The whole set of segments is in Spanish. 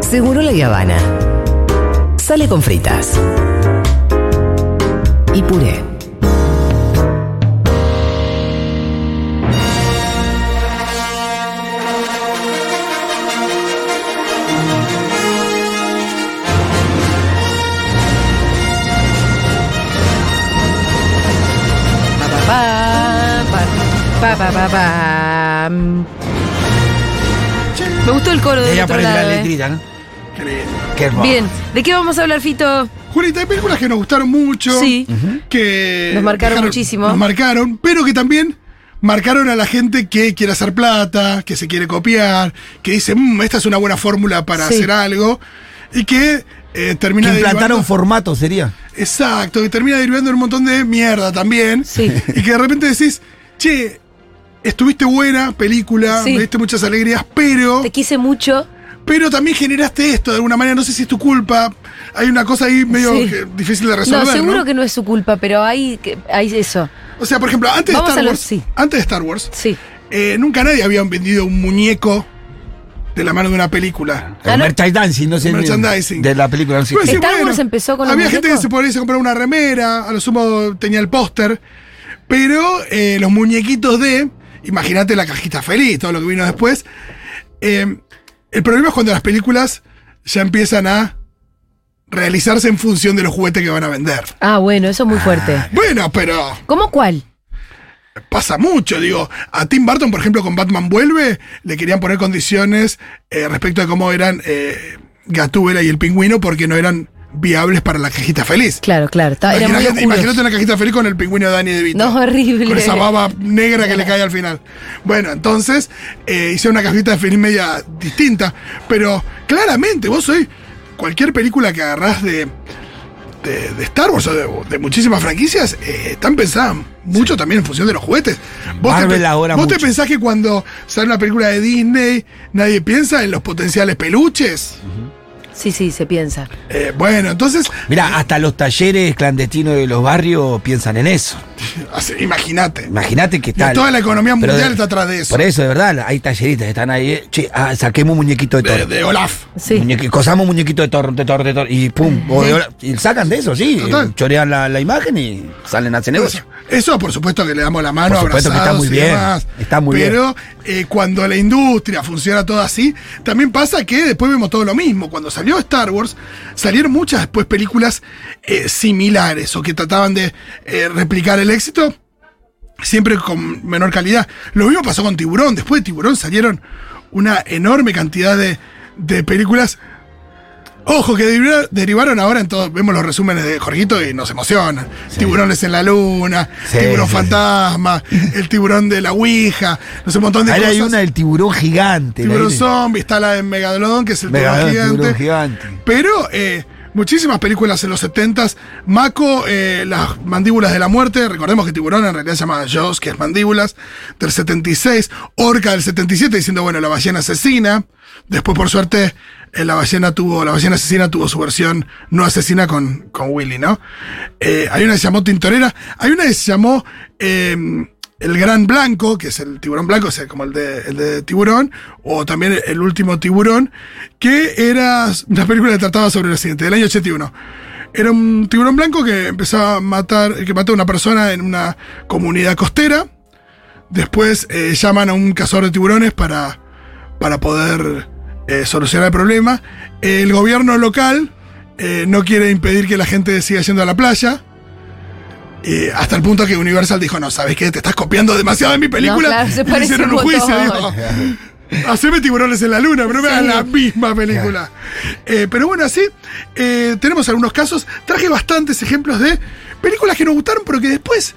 Seguro la Habana. Sale con fritas. Y puré. Pa, pa, pa, pa, pa. mm. Me gustó el coro del Ahí otro aparece lado. la eh. letrita, ¿no? Qué lindo. Qué hermoso. Bien, ¿de qué vamos a hablar, Fito? Juanita, hay películas que nos gustaron mucho. Sí. Que Nos marcaron muchísimo. Nos marcaron, pero que también marcaron a la gente que quiere hacer plata, que se quiere copiar, que dice, "Mm, esta es una buena fórmula para Sí. hacer algo. Y que eh, Que termina implantaron derivando- formato, sería. Exacto, que termina derivando en un montón de mierda también. Sí. Y que de repente decís, che, estuviste buena película, Sí. me diste muchas alegrías, pero. Te quise mucho. Pero también generaste esto de alguna manera, no sé si es tu culpa. Hay una cosa ahí medio Sí. que- difícil de resolver. No, seguro ¿no? que no es su culpa, pero hay, que- hay eso. O sea, por ejemplo, antes Vamos de a Star lo- Wars, sí. antes de Star Wars, Sí. eh, nunca nadie había vendido un muñeco de la mano de una película. Ah, El no. merchandising, no sé. Merchandising. Pues De la película, no sé. Vos decís, Star Wars empezó con los Había gente que muñecos. se podía irse a comprar una remera, a lo sumo tenía el póster, pero eh, los muñequitos de, imagínate la cajita feliz, todo lo que vino después. Eh, el problema es cuando las películas ya empiezan a realizarse en función de los juguetes que van a vender. Ah, bueno, eso es muy Ah. fuerte. Bueno, pero ¿Cómo cuál? pasa mucho, digo. A Tim Burton, por ejemplo, con Batman Vuelve, le querían poner condiciones eh, respecto a cómo eran eh, Gatúbela y el pingüino porque no eran viables para la cajita feliz. Claro, claro. está- Ah, era muy Imagínate, oscuro. imagínate una cajita feliz con el pingüino de Danny DeVito. No, horrible. Con esa baba negra que le cae al final. Bueno, entonces eh, hice una cajita feliz media distinta. Pero claramente, vos sois cualquier película que agarrás de, de, de Star Wars o de, de muchísimas franquicias, eh, están pensadas mucho también en función de los juguetes. Vos, te, Marvel pe- ahora vos te mucho. pensás que cuando sale una película de Disney, nadie piensa en los potenciales peluches. Sí, sí, se piensa. Eh, bueno, entonces, Mira, hasta los talleres clandestinos de los barrios piensan en eso. así, imagínate. Imagínate que Y a está. toda la economía Pero mundial está atrás de eso. Por eso, de verdad, hay talleristas que están ahí. eh, Che, ah, saquemos un muñequito de De, toro. de Olaf. Sí. Muñequi- cosamos un muñequito de toro, de toro, de toro. Y pum. o de hora- y sacan de eso, sí. Total. Chorean la, la imagen y salen a hacer negocio. Eso, por supuesto, que le damos la mano, Por supuesto que está abrazados muy y bien, demás. está muy Pero eh, cuando la industria funciona todo así, también pasa que después vemos todo lo mismo. Cuando salió Star Wars, salieron muchas después películas eh, similares o que trataban de eh, replicar el éxito, siempre con menor calidad. Lo mismo pasó con Tiburón. Después de Tiburón salieron una enorme cantidad de, de películas. Ojo, que deriva- derivaron ahora en todos. Vemos los resúmenes de Jorgito y nos emocionan. Tiburones en la luna, Sí, tiburón sí, fantasma, el tiburón de la Ouija, no sé, un montón de Ahí cosas. hay una del tiburón gigante. la tiburón de- zombie, está la de Megalodón, que es el Megalodón, tiburón tiburón gigante. gigante. Pero eh, muchísimas películas en los 70s. Mako, eh, las mandíbulas de la muerte. Recordemos que tiburón en realidad se llama Jaws, que es mandíbulas. Del 76. Orca del 77, diciendo, bueno, la ballena asesina. Después, por suerte, eh, la ballena tuvo, la ballena asesina tuvo su versión no asesina con, con Willy, ¿no? Eh, hay una que se llamó Tintorera. Hay una que se llamó. eh, el gran blanco, que es el tiburón blanco, o sea, como el de, el de tiburón, o también el último tiburón, que era una película que trataba sobre lo siguiente, del año 81. Era un tiburón blanco que empezaba a matar, que mató a una persona en una comunidad costera. Después eh, llaman a un cazador de tiburones para, para poder eh, solucionar el problema. El gobierno local eh, no quiere impedir que la gente siga yendo a la playa. Eh, hasta el punto que Universal dijo, no, ¿sabes qué? Te estás copiando demasiado de mi película. No, claro, se Y le parece hicieron un un juicio. montón. dijo, Haceme tiburones en la luna, pero me hagan la misma película. Eh, pero bueno, así eh, tenemos algunos casos. Traje bastantes ejemplos de películas que nos gustaron, pero que después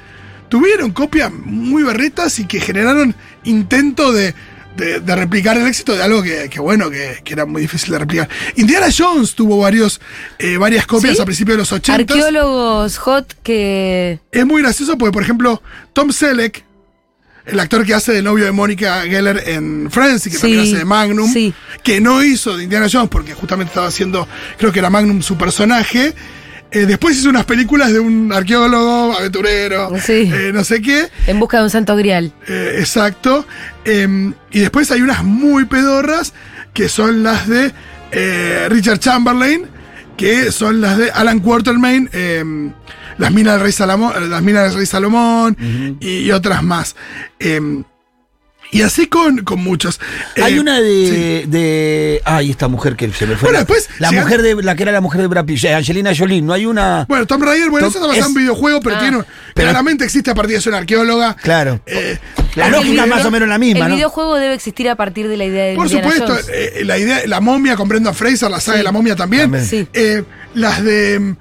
tuvieron copias muy berretas y que generaron intento de, de- de replicar el éxito de algo que, que bueno, que, que era muy difícil de replicar. Indiana Jones tuvo varios, eh, varias copias ¿Sí? a principios de los 80. Arqueólogos hot que. Es muy gracioso porque, por ejemplo, Tom Selleck, el actor que hace de novio de Mónica Geller en Friends y que Sí, también hace de Magnum, sí. que no hizo de Indiana Jones porque justamente estaba haciendo, creo que era Magnum su personaje. eh, después hizo unas películas de un arqueólogo, aventurero, Sí. eh, no sé qué. En busca de un santo grial. Eh, exacto. Em, y después hay unas muy pedorras que son las de eh, Richard Chamberlain, que son las de Alan Quartermain, eh, las minas del Rey Salomón, las minas del Rey Salomón y, otras más. Eh, y así con, con muchos. Hay Eh, una sí. de, de- Ay, esta mujer que se me fue. Bueno, la- después, La si- mujer de. La que era la mujer de Brad Pitt, eh, Angelina Jolie. No hay una. Bueno, Tom Raider, bueno, Tom- eso está basado en es- videojuego, pero Ah. tiene. Pero- claramente existe a partir de ser una arqueóloga. Claro. Eh, La El lógica es video- más o menos la misma, El ¿no? videojuego debe existir a partir de la idea de Por Indiana supuesto, Jones. eh, la idea, la momia con Brenda Fraser, la saga de la momia también. También. Sí. Eh, las de. mm,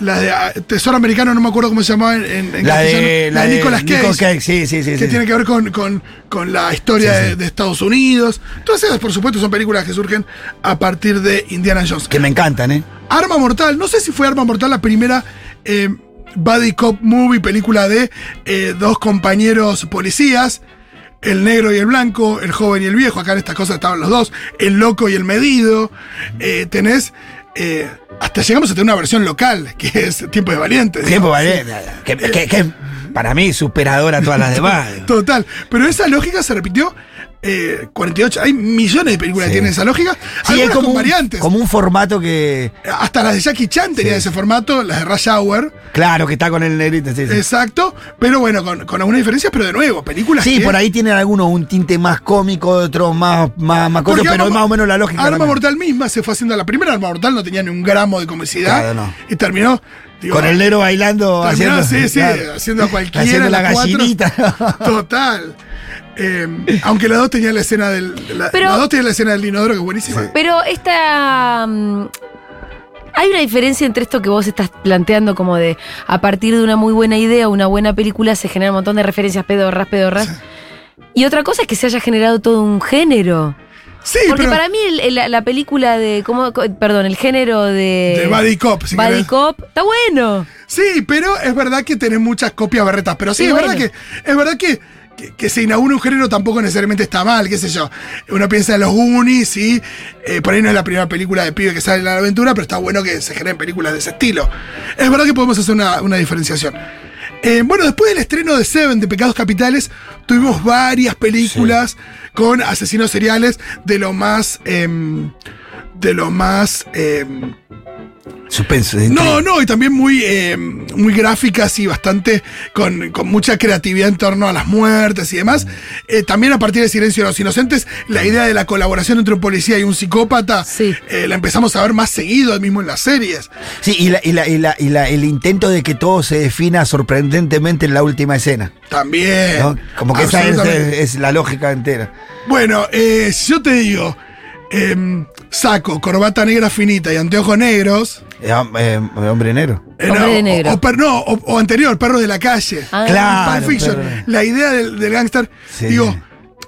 Las de ah, Tesoro Americano, no me acuerdo cómo se llamaba en, en- en La de. castellano. La de Nicolas Cage. Nicolas Sí, sí, sí. que sí. tiene que ver con, con, con la historia Sí, sí. De, de Estados Unidos. Todas esas, por supuesto, son películas que surgen a partir de Indiana Jones. Que me encantan, ¿eh? Arma Mortal, no sé si fue Arma Mortal la primera eh, Buddy Cop Movie, película de eh, dos compañeros policías, el negro y el blanco, el joven y el viejo, acá en estas cosas estaban los dos, el loco y el medido, eh, tenés, eh, hasta llegamos a tener una versión local, que es Tiempo de Valientes. ¿no? Tiempo, ¿vale? Que, que- que es, para mí superadora a todas las demás. Total, pero esa lógica se repitió eh, 48, hay millones de películas Sí. que tienen esa lógica, Sí, es algunas como con un, variantes. como un formato que. Hasta las de Jackie Chan tenían ese formato, las de Rush Hour. Claro, que está con el negrito. Sí, sí. Exacto, pero bueno, con, con algunas diferencias, pero de nuevo, películas Sí, que- por ahí tienen algunos un tinte más cómico, otros más, más, más Porque corto, pero Arma- es más o menos la lógica. Arma también. Mortal misma se fue haciendo la primera Arma Mortal, no tenía ni un gramo de comicidad. Claro, no. Y terminó. digo, Con el negro bailando, terminó, haciendo. sí, sí, claro. haciendo a cualquiera. Haciendo la las cuatro. gallinita. Total. Eh, aunque la 2 tenía la escena del. La, Pero- la dos tenía la escena del dinodoro, que es buenísima. Pero esta. mm, hay una diferencia entre esto que vos estás planteando, como de a partir de una muy buena idea, una buena película, se generan un montón de referencias pedorras, pedorras. Y otra cosa es que se haya generado todo un género. Sí, Porque pero. para mí el- el- la, la película de. ¿cómo, co- perdón, el género de. De Buddy Cop, si eh, Buddy querés. Cop, está bueno. Sí, pero es verdad que tenés muchas copias berretas. Pero sí, Y es bueno. verdad que. Es verdad que. que- que se inaugure un género tampoco necesariamente está mal, qué sé yo. Uno piensa en los Goonies y eh, por ahí no es la primera película de pibe que sale en la aventura, pero está bueno que se generen películas de ese estilo. Es verdad que podemos hacer una, una diferenciación. Eh, bueno, después del estreno de Seven, de Pecados Capitales, tuvimos varias películas con asesinos seriales de lo más... em, de lo más... em, Suspenso. no, no, y también muy, eh, muy gráficas y bastante con, con mucha creatividad en torno a las muertes y demás. Eh, también a partir de Silencio de los Inocentes, la idea de la colaboración entre un policía y un psicópata Sí. eh, la empezamos a ver más seguido, mismo en las series. Sí, y, la- y la- y la- y la- el intento de que todo se defina sorprendentemente en la última escena. También. ¿no? Como que esa es, Eh, eh, absolutamente. es la lógica entera. Bueno, eh, si yo te digo, em, saco, corbata negra finita y anteojos negros. Eh, hom- eh, hombre negro. eh, Hombre no, de o- negro. o per- no, o- o anterior, perro de la calle. Ah. claro. Pulp Fiction, pero- la idea del, del gángster, Sí. digo,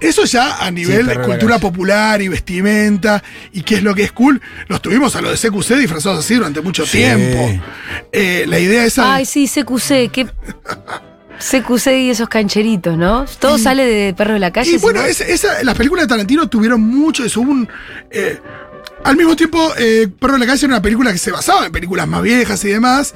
eso ya a nivel de perro de la cultura calle. popular y vestimenta y qué es lo que es cool, los tuvimos a los de CQC disfrazados así durante mucho Sí. tiempo. Eh, la idea esa. Ay, sí, CQC, qué. CQC y esos cancheritos, ¿no? Todo sale de Perro de la Calle. y si bueno, no- esa- esa- las películas de Tarantino tuvieron mucho eso. Hubo un. eh, al mismo tiempo, eh, Perro de la Calle era una película que se basaba en películas más viejas y demás.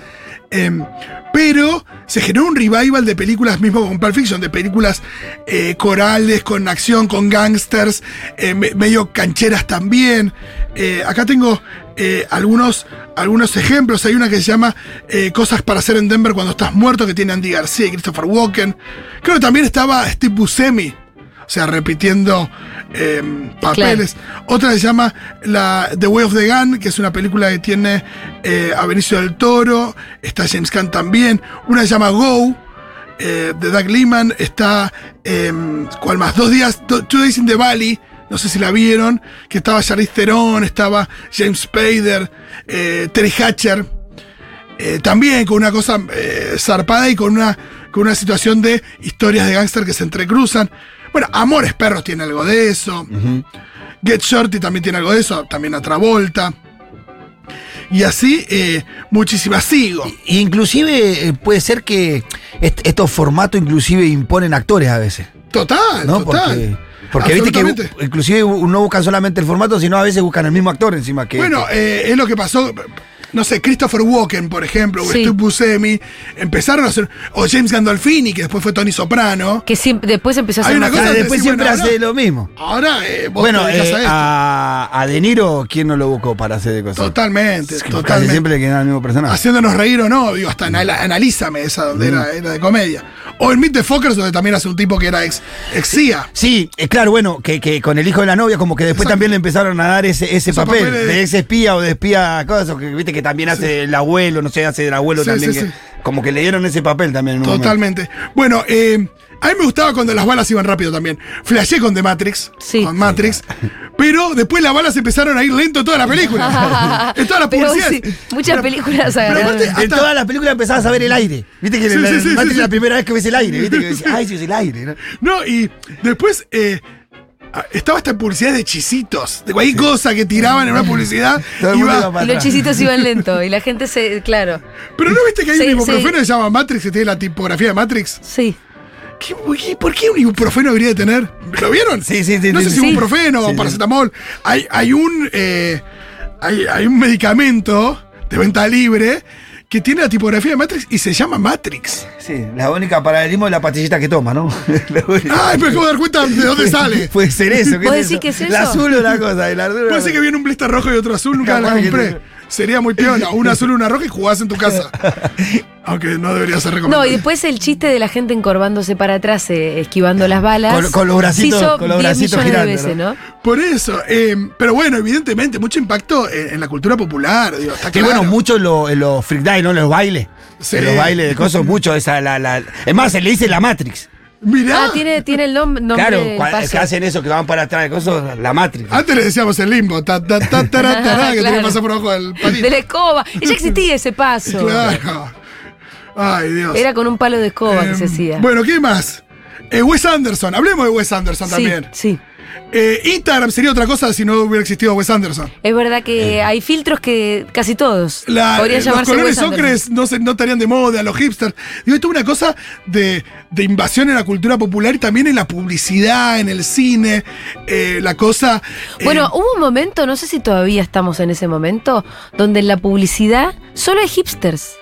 em, pero se generó un revival de películas, mismo con Pulp Fiction, de películas eh, corales, con acción, con gangsters, eh, me- medio cancheras también. Eh, acá tengo eh, algunos, algunos ejemplos. Hay una que se llama eh, Cosas para hacer en Denver cuando estás muerto, que tiene Andy García y Christopher Walken. Creo que también estaba Steve Buscemi. O sea, repitiendo eh, papeles. Otra se llama la The Way of the Gun, que es una película que tiene eh, a Benicio del Toro, está James Caan también. Una se llama Go, eh, de Doug Liman, está, eh, ¿cuál más? Dos días, do- Two Days in the Valley, no sé si la vieron, que estaba Charlize Theron, estaba James Spader, eh, Terry Hatcher. Eh, también con una cosa eh, zarpada y con una, con una situación de historias de gángster que se entrecruzan. Bueno, Amores Perros tiene algo de eso. Get Shorty también tiene algo de eso. También a Travolta. Y así, eh, muchísimas sigo. Y- Inclusive eh, puede ser que est- estos formatos inclusive imponen actores a veces, Total, ¿no? total. Porque, porque viste que Absolutamente. bu- inclusive bu- no buscan solamente el formato, sino a veces buscan el mismo actor encima que... Bueno, eh, es lo que pasó. no sé, Christopher Walken, por ejemplo, o Sí. Steve Buscemi, empezaron a hacer, o James Gandolfini, que después fue Tony Soprano. Que siempre, después empezó a Hay ser una más cosa Ah, grande. de- después sí, siempre bueno, hace ahora- lo mismo. Ahora eh, vos Bueno, te dedicas eh, a esto. a, a De Niro, ¿quién no lo buscó para hacer de cosas? Totalmente, Casi totalmente. siempre le "Ah". Mm. quedan el mismo personaje. Haciéndonos reír o no, digo, hasta anal- analízame esa donde era, Mm. era de comedia. O en Meet the Fockers, donde también hace un tipo que era ex, ex CIA. Sí, eh, claro, bueno, que, que con el hijo de la novia, como que después Exacto. también le empezaron a dar ese, ese Esos papel papeles de- de ex espía o de espía, cosas, o que viste que también hace el abuelo, no sé, hace el abuelo Sí, también. sí, que- sí. Como que le dieron ese papel también. en un momento. Totalmente. Bueno, eh, a mí me gustaba cuando las balas iban rápido también. Flashé con The Matrix. Sí. Con Matrix. Pero después las balas empezaron a ir lento en toda la película. en todas las Pero sí, publicidades. muchas películas agarraron. aparte- En Hasta- todas las películas empezabas a ver el aire. Viste que Sí, en la, sí, sí, Matrix sí, sí. la primera vez que ves el aire, viste que decís, ay, sí, es el aire. ¿no? No, y después eh, a- estaba esta publicidad de chisitos. De cualquier cosa que tiraban en una publicidad. Todo el mundo iba- iba para Y los atrás. chisitos iban lento y la gente se. Claro. pero no viste que hay Sí, un ibuprofeno sí. que se llama Matrix, que tiene la tipografía de Matrix. Sí. ¿Qué- qué- ¿Por qué un ibuprofeno debería de tener? ¿Lo vieron? Sí, sí, sí, No sí, sé sí. si ibuprofeno Sí, o sí. paracetamol. Hay, hay un. eh, hay, hay un medicamento de venta libre que tiene la tipografía de Matrix y se llama Matrix. Sí, la única paralelismo es la pastillita que toma, ¿no? La única. Ay, pero ¿cómo dar cuenta de dónde sale? Puede ser eso. ¿qué ¿Vos es decís eso? que es eso? La azul o la cosa. y La azul, Puede ser que viene un blister rojo y otro azul, nunca la Capaz que compré. no. Sería muy piola. Una azul, una roja y jugás en tu casa. Aunque no debería ser No, recomendable. y después el chiste de la gente encorvándose para atrás, eh, esquivando las balas. Con- con los bracitos- se hizo con los 10 bracitos millones de girando, veces, ¿no? Por eso. eh, pero bueno, evidentemente, mucho impacto en, en la cultura popular. Digo, está Que claro. bueno, mucho en los lo freak die, ¿no? En Los bailes. Sí. En los bailes de cosas, mucho esa la, la. Es más, se le dice la Matrix. Mirá. Ah, tiene, tiene el nom- nombre. claro, del cua- paso. que hacen eso, que van para atrás de cosas, la Matrix. Antes le decíamos el limbo, ta, ta, ta, tará, tará, que tiene que Claro. pasar por abajo del De palito. la escoba. Y ya existía ese paso. Claro. Ay, Dios. Era con un palo de escoba que se Eh, hacía. Bueno, ¿qué más? Eh, Wes Anderson, hablemos de Wes Anderson sí, también. sí. Eh, Instagram sería otra cosa si no hubiera existido Wes Anderson. Es verdad que hay filtros que casi todos La- podrían eh, los llamarse colores Wes Anderson. ocres no, se, no estarían de moda, los hipsters. Digo, esto es una cosa de, de invasión en la cultura popular y también en la publicidad, en el cine, eh, la cosa... eh, Bueno, hubo un momento, no sé si todavía estamos en ese momento, donde en la publicidad solo hay hipsters.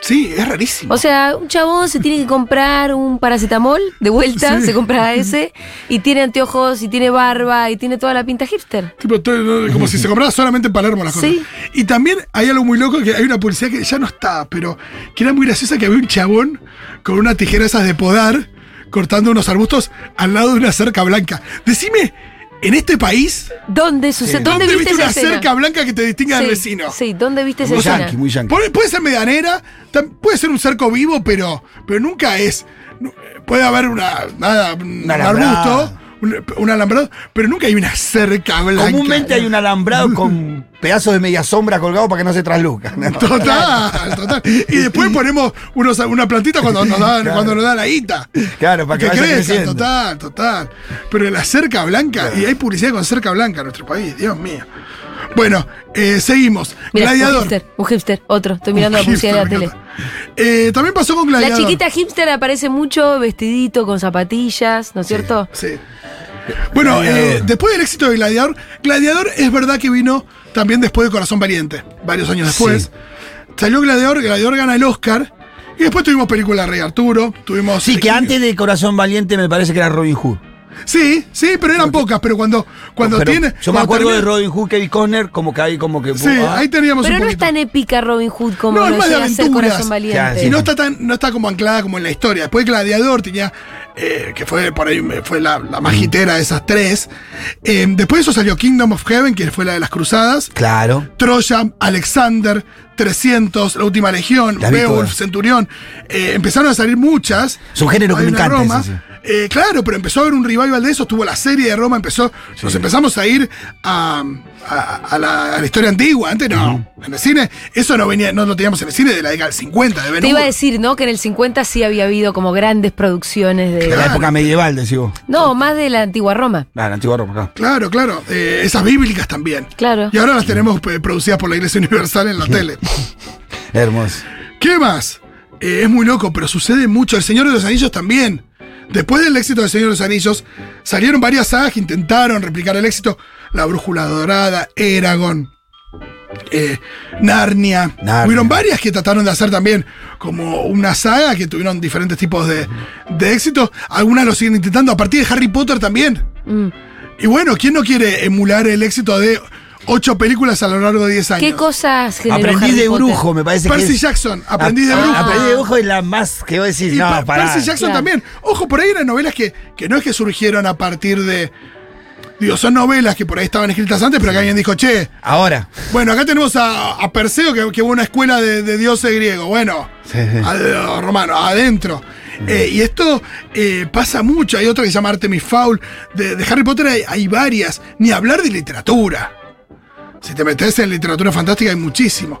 sí, es rarísimo. O sea, un chabón se tiene que comprar un paracetamol de vuelta, Sí. se compra ese, y tiene anteojos, y tiene barba, y tiene toda la pinta hipster. Tipo, todo- no, como si se comprara solamente en Palermo las cosas. Sí. Y también hay algo muy loco, que hay una publicidad que ya no está, pero que era muy graciosa, que había un chabón con una tijera esas de podar, cortando unos arbustos al lado de una cerca blanca. Decime, en este país, ¿Dónde sucede? ¿Dónde, viste esa una escena? cerca blanca que te distinga sí, del vecino? Sí, ¿dónde viste esa muy escena? yankee, muy yankee. Puede, puede ser medianera, tam- puede ser un cerco vivo, pero, pero nunca es. nu- Puede haber una, nada, un Una alambrada. arbusto, un, un alambrado, pero nunca hay una cerca blanca. Comúnmente hay un alambrado con pedazos de media sombra colgado para que no se trasluzca. ¿no? Total, total. Y después ponemos unos, una plantita cuando nos dan, Claro. cuando nos dan la guita. Claro, para que vaya crezca, creciendo. total, total. Pero la cerca blanca, y hay publicidad con cerca blanca en nuestro país, Dios mío. Bueno, eh, seguimos. Mira, un Gladiador. hipster, un hipster, otro. Estoy mirando la publicidad de la Hipster, tele. me encanta. Eh, también pasó con La Gladiador. chiquita hipster aparece mucho, vestidito, con zapatillas, ¿no es cierto? Sí. Bueno, Gladiador. eh, después del éxito de Gladiador, Gladiador es verdad que vino también después de Corazón Valiente, varios años después. Sí. Salió Gladiador, Gladiador gana el Oscar. Y después tuvimos película Rey Arturo, tuvimos... Sí, que antes de Corazón Valiente me parece que era Robin Hood. Sí, sí, pero eran pocas, pero cuando, cuando Pero tiene... yo me cuando acuerdo de termina- Robin Hood, Kevin Costner, como que hay como que. Sí, ah. ahí teníamos Pero un no es poquito. tan épica Robin Hood como No, es lo más de llega a ser aventuras. Corazón Valiente. Claro, Y sí. no está tan, no está como anclada como en la historia. Después Gladiador tenía, eh, que fue por ahí, eh, fue la, la más Mm. hitera de esas tres. Eh, después de eso salió Kingdom of Heaven, que fue la de las cruzadas. Claro. Troya, Alexander, 300, La Última Legión, La vi Beowulf, toda. Centurión. Eh, empezaron a salir muchas. Es un género que Hay me una encanta, Roma. ese, sí. Eh, claro, pero empezó a haber un revival de eso, tuvo la serie de Roma, empezó, nos empezamos a ir a, a- a la, a la historia antigua, antes no, en el cine, eso no venía, no lo teníamos en el cine de la década del 50, de Ben Te iba a Hur. decir, ¿no? Que en el 50 sí había habido como grandes producciones de. De la Claro. época medieval, decís vos. No, más de la antigua Roma. Ah, la antigua Roma, claro. Claro, claro, eh, esas bíblicas también. Claro. Y ahora las tenemos eh, producidas por la Iglesia Universal en la tele. Hermoso. ¿Qué más? Eh, es muy loco, pero sucede mucho. El Señor de los Anillos también. Después del éxito del Señor de los Anillos, salieron varias sagas que intentaron replicar el éxito. La Brújula Dorada, Eragon. eh, Narnia. Narnia. Hubieron varias que trataron de hacer también como una saga que tuvieron diferentes tipos de, de éxitos. Algunas lo siguen intentando, a partir de Harry Potter también. Y bueno, ¿quién no quiere emular el éxito de ocho películas a lo largo de 10 años? ¿Qué cosas generó Aprendiz Harry de Potter? brujo, me parece que. Percy es- Jackson, Ap- aprendiz de ah, brujo. Aprendiz de brujo es la más que vos decís. Y no, Per- pará. Percy Jackson Claro. también. Ojo, por ahí eran novelas que, que no es que surgieron a partir de. Digo, son novelas que por ahí estaban escritas antes, pero que alguien dijo, che, Ahora. bueno, acá tenemos a, a Perseo, que, que hubo una escuela de, de dioses griegos. Bueno, Sí, sí. Mm. al- romano, adentro. Eh, y esto eh, pasa mucho. Hay otra que se llama Artemis Fowl. De, de Harry Potter hay, hay varias. Ni hablar de literatura. Si te metes en literatura fantástica, hay muchísimo.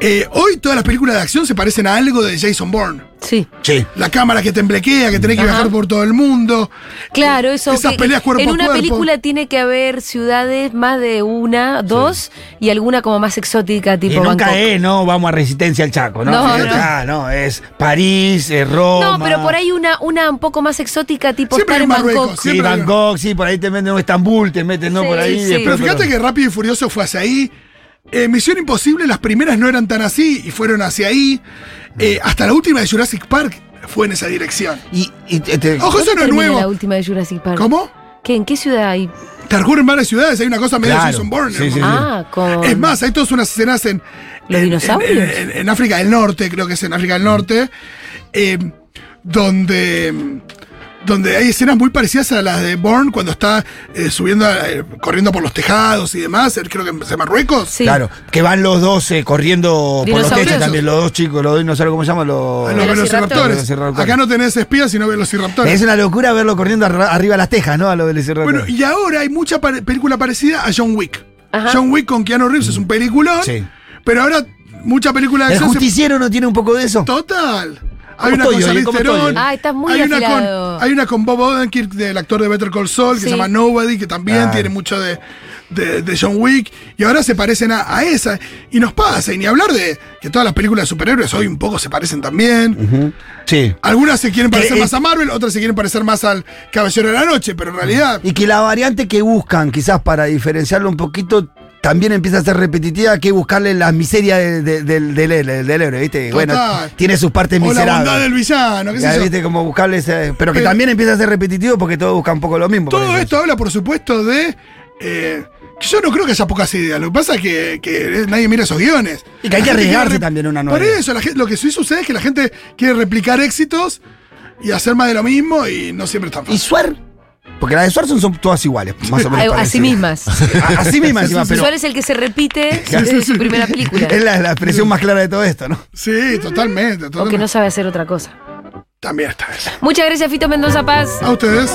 Eh, hoy todas las películas de acción se parecen a algo de Jason Bourne. Sí. Sí. La cámara que temblequea, que tenés que Ajá. viajar por todo el mundo. Claro, eso. Esas que- peleas cuerpo En a una cuerpo. película tiene que haber ciudades, más de una, dos, y alguna como más exótica, tipo Y nunca Bangkok. es, no, vamos a Resistencia al Chaco, ¿no? No, Fíjate, no. ah, no, es París, es Roma. No, pero por ahí una, una un poco más exótica, tipo Siempre estar hay en Marruecos, Bangkok. Sí, Siempre hay- Bangkok, sí, por ahí te meten un Estambul, te meten, ¿no? Sí, por ahí. sí. después- Pero fíjate que Rápido y Furioso fue hacia ahí. Eh, Misión Imposible, las primeras no eran tan así y fueron hacia ahí. Eh, hasta la última de Jurassic Park fue en esa dirección. Y, y te- te- Ojo, eso ¿Dónde no es termina la nuevo. última de Jurassic Park? ¿Cómo? ¿Qué, ¿En qué ciudad hay? Te en varias ciudades, hay una cosa medio Claro, Jason Bourne. sí, sí, ¿no? Ah, con. Es más, hay todas unas escenas en. ¿Los en- dinosaurios? En, en- en África del Norte, creo que es en África del Norte. eh, donde. em, Donde hay escenas muy parecidas a las de Bourne cuando está eh, subiendo, eh, corriendo por los tejados y demás. eh, Creo que en Marruecos. Sí. Claro, que van los dos eh, corriendo por los Dinosaurios. techos también, los dos chicos, los dos, no sé cómo se llaman, los... A Ah, los Velociraptores. velociraptores. Acá no tenés espías, sino velociraptores. Es una locura verlo corriendo arra- arriba de las tejas, ¿no? A los velociraptores. Bueno, y ahora hay mucha pare- película parecida a John Wick. Ajá. John Wick con Keanu Reeves es un peliculón. Mm. Sí. Pero ahora mucha película de ¿El acción. se- justiciero no tiene un poco de eso? Total. Hay ¿Cómo una estoy con hoy? Charlize ¿Cómo Theron, estoy? Ah, estás muy hay una, afilado. con, hay una con Bob Odenkirk, del actor de Better Call Saul, que Sí. se llama Nobody, que también Claro. tiene mucho de, de- de John Wick. Y ahora se parecen a, a esa. Y nos pasa. Y ni hablar de que todas las películas de superhéroes hoy un poco se parecen también. Sí. Algunas se quieren parecer Eh, eh. más a Marvel, otras se quieren parecer más al Caballero de la Noche, pero en realidad. Y que la variante que buscan, quizás para diferenciarlo un poquito, también empieza a ser repetitiva, que buscarle las miserias de- de- del, del, del- del héroe, ¿viste? Total. Bueno, tiene sus partes o la miserables. bondad del villano, qué sé Ya, yo. ¿viste? Como buscarle ese- pero que Pero- también empieza a ser repetitivo porque todos buscan un poco lo mismo. Todo parece. esto habla, por supuesto, de. eh, que yo no creo que haya pocas ideas. Lo que pasa es que, que nadie mira esos guiones. Y que hay La que gente quiere arriesgarse rep- también una Por novela. eso, la gente- lo que sí sucede es que la gente quiere replicar éxitos y hacer más de lo mismo y no siempre es tan ¿Y fácil. Suar? Porque las de Suar son, son todas iguales, más o menos. Ay, parecidas. Así mismas. A- Así misma, encima, pero. Suárez es el que se repite desde su primera película. Es la, la expresión más clara de todo esto, ¿no? Sí, totalmente. O que totalmente. no sabe hacer otra cosa. También está eso. Muchas gracias, Fito Mendoza Paz. A ustedes.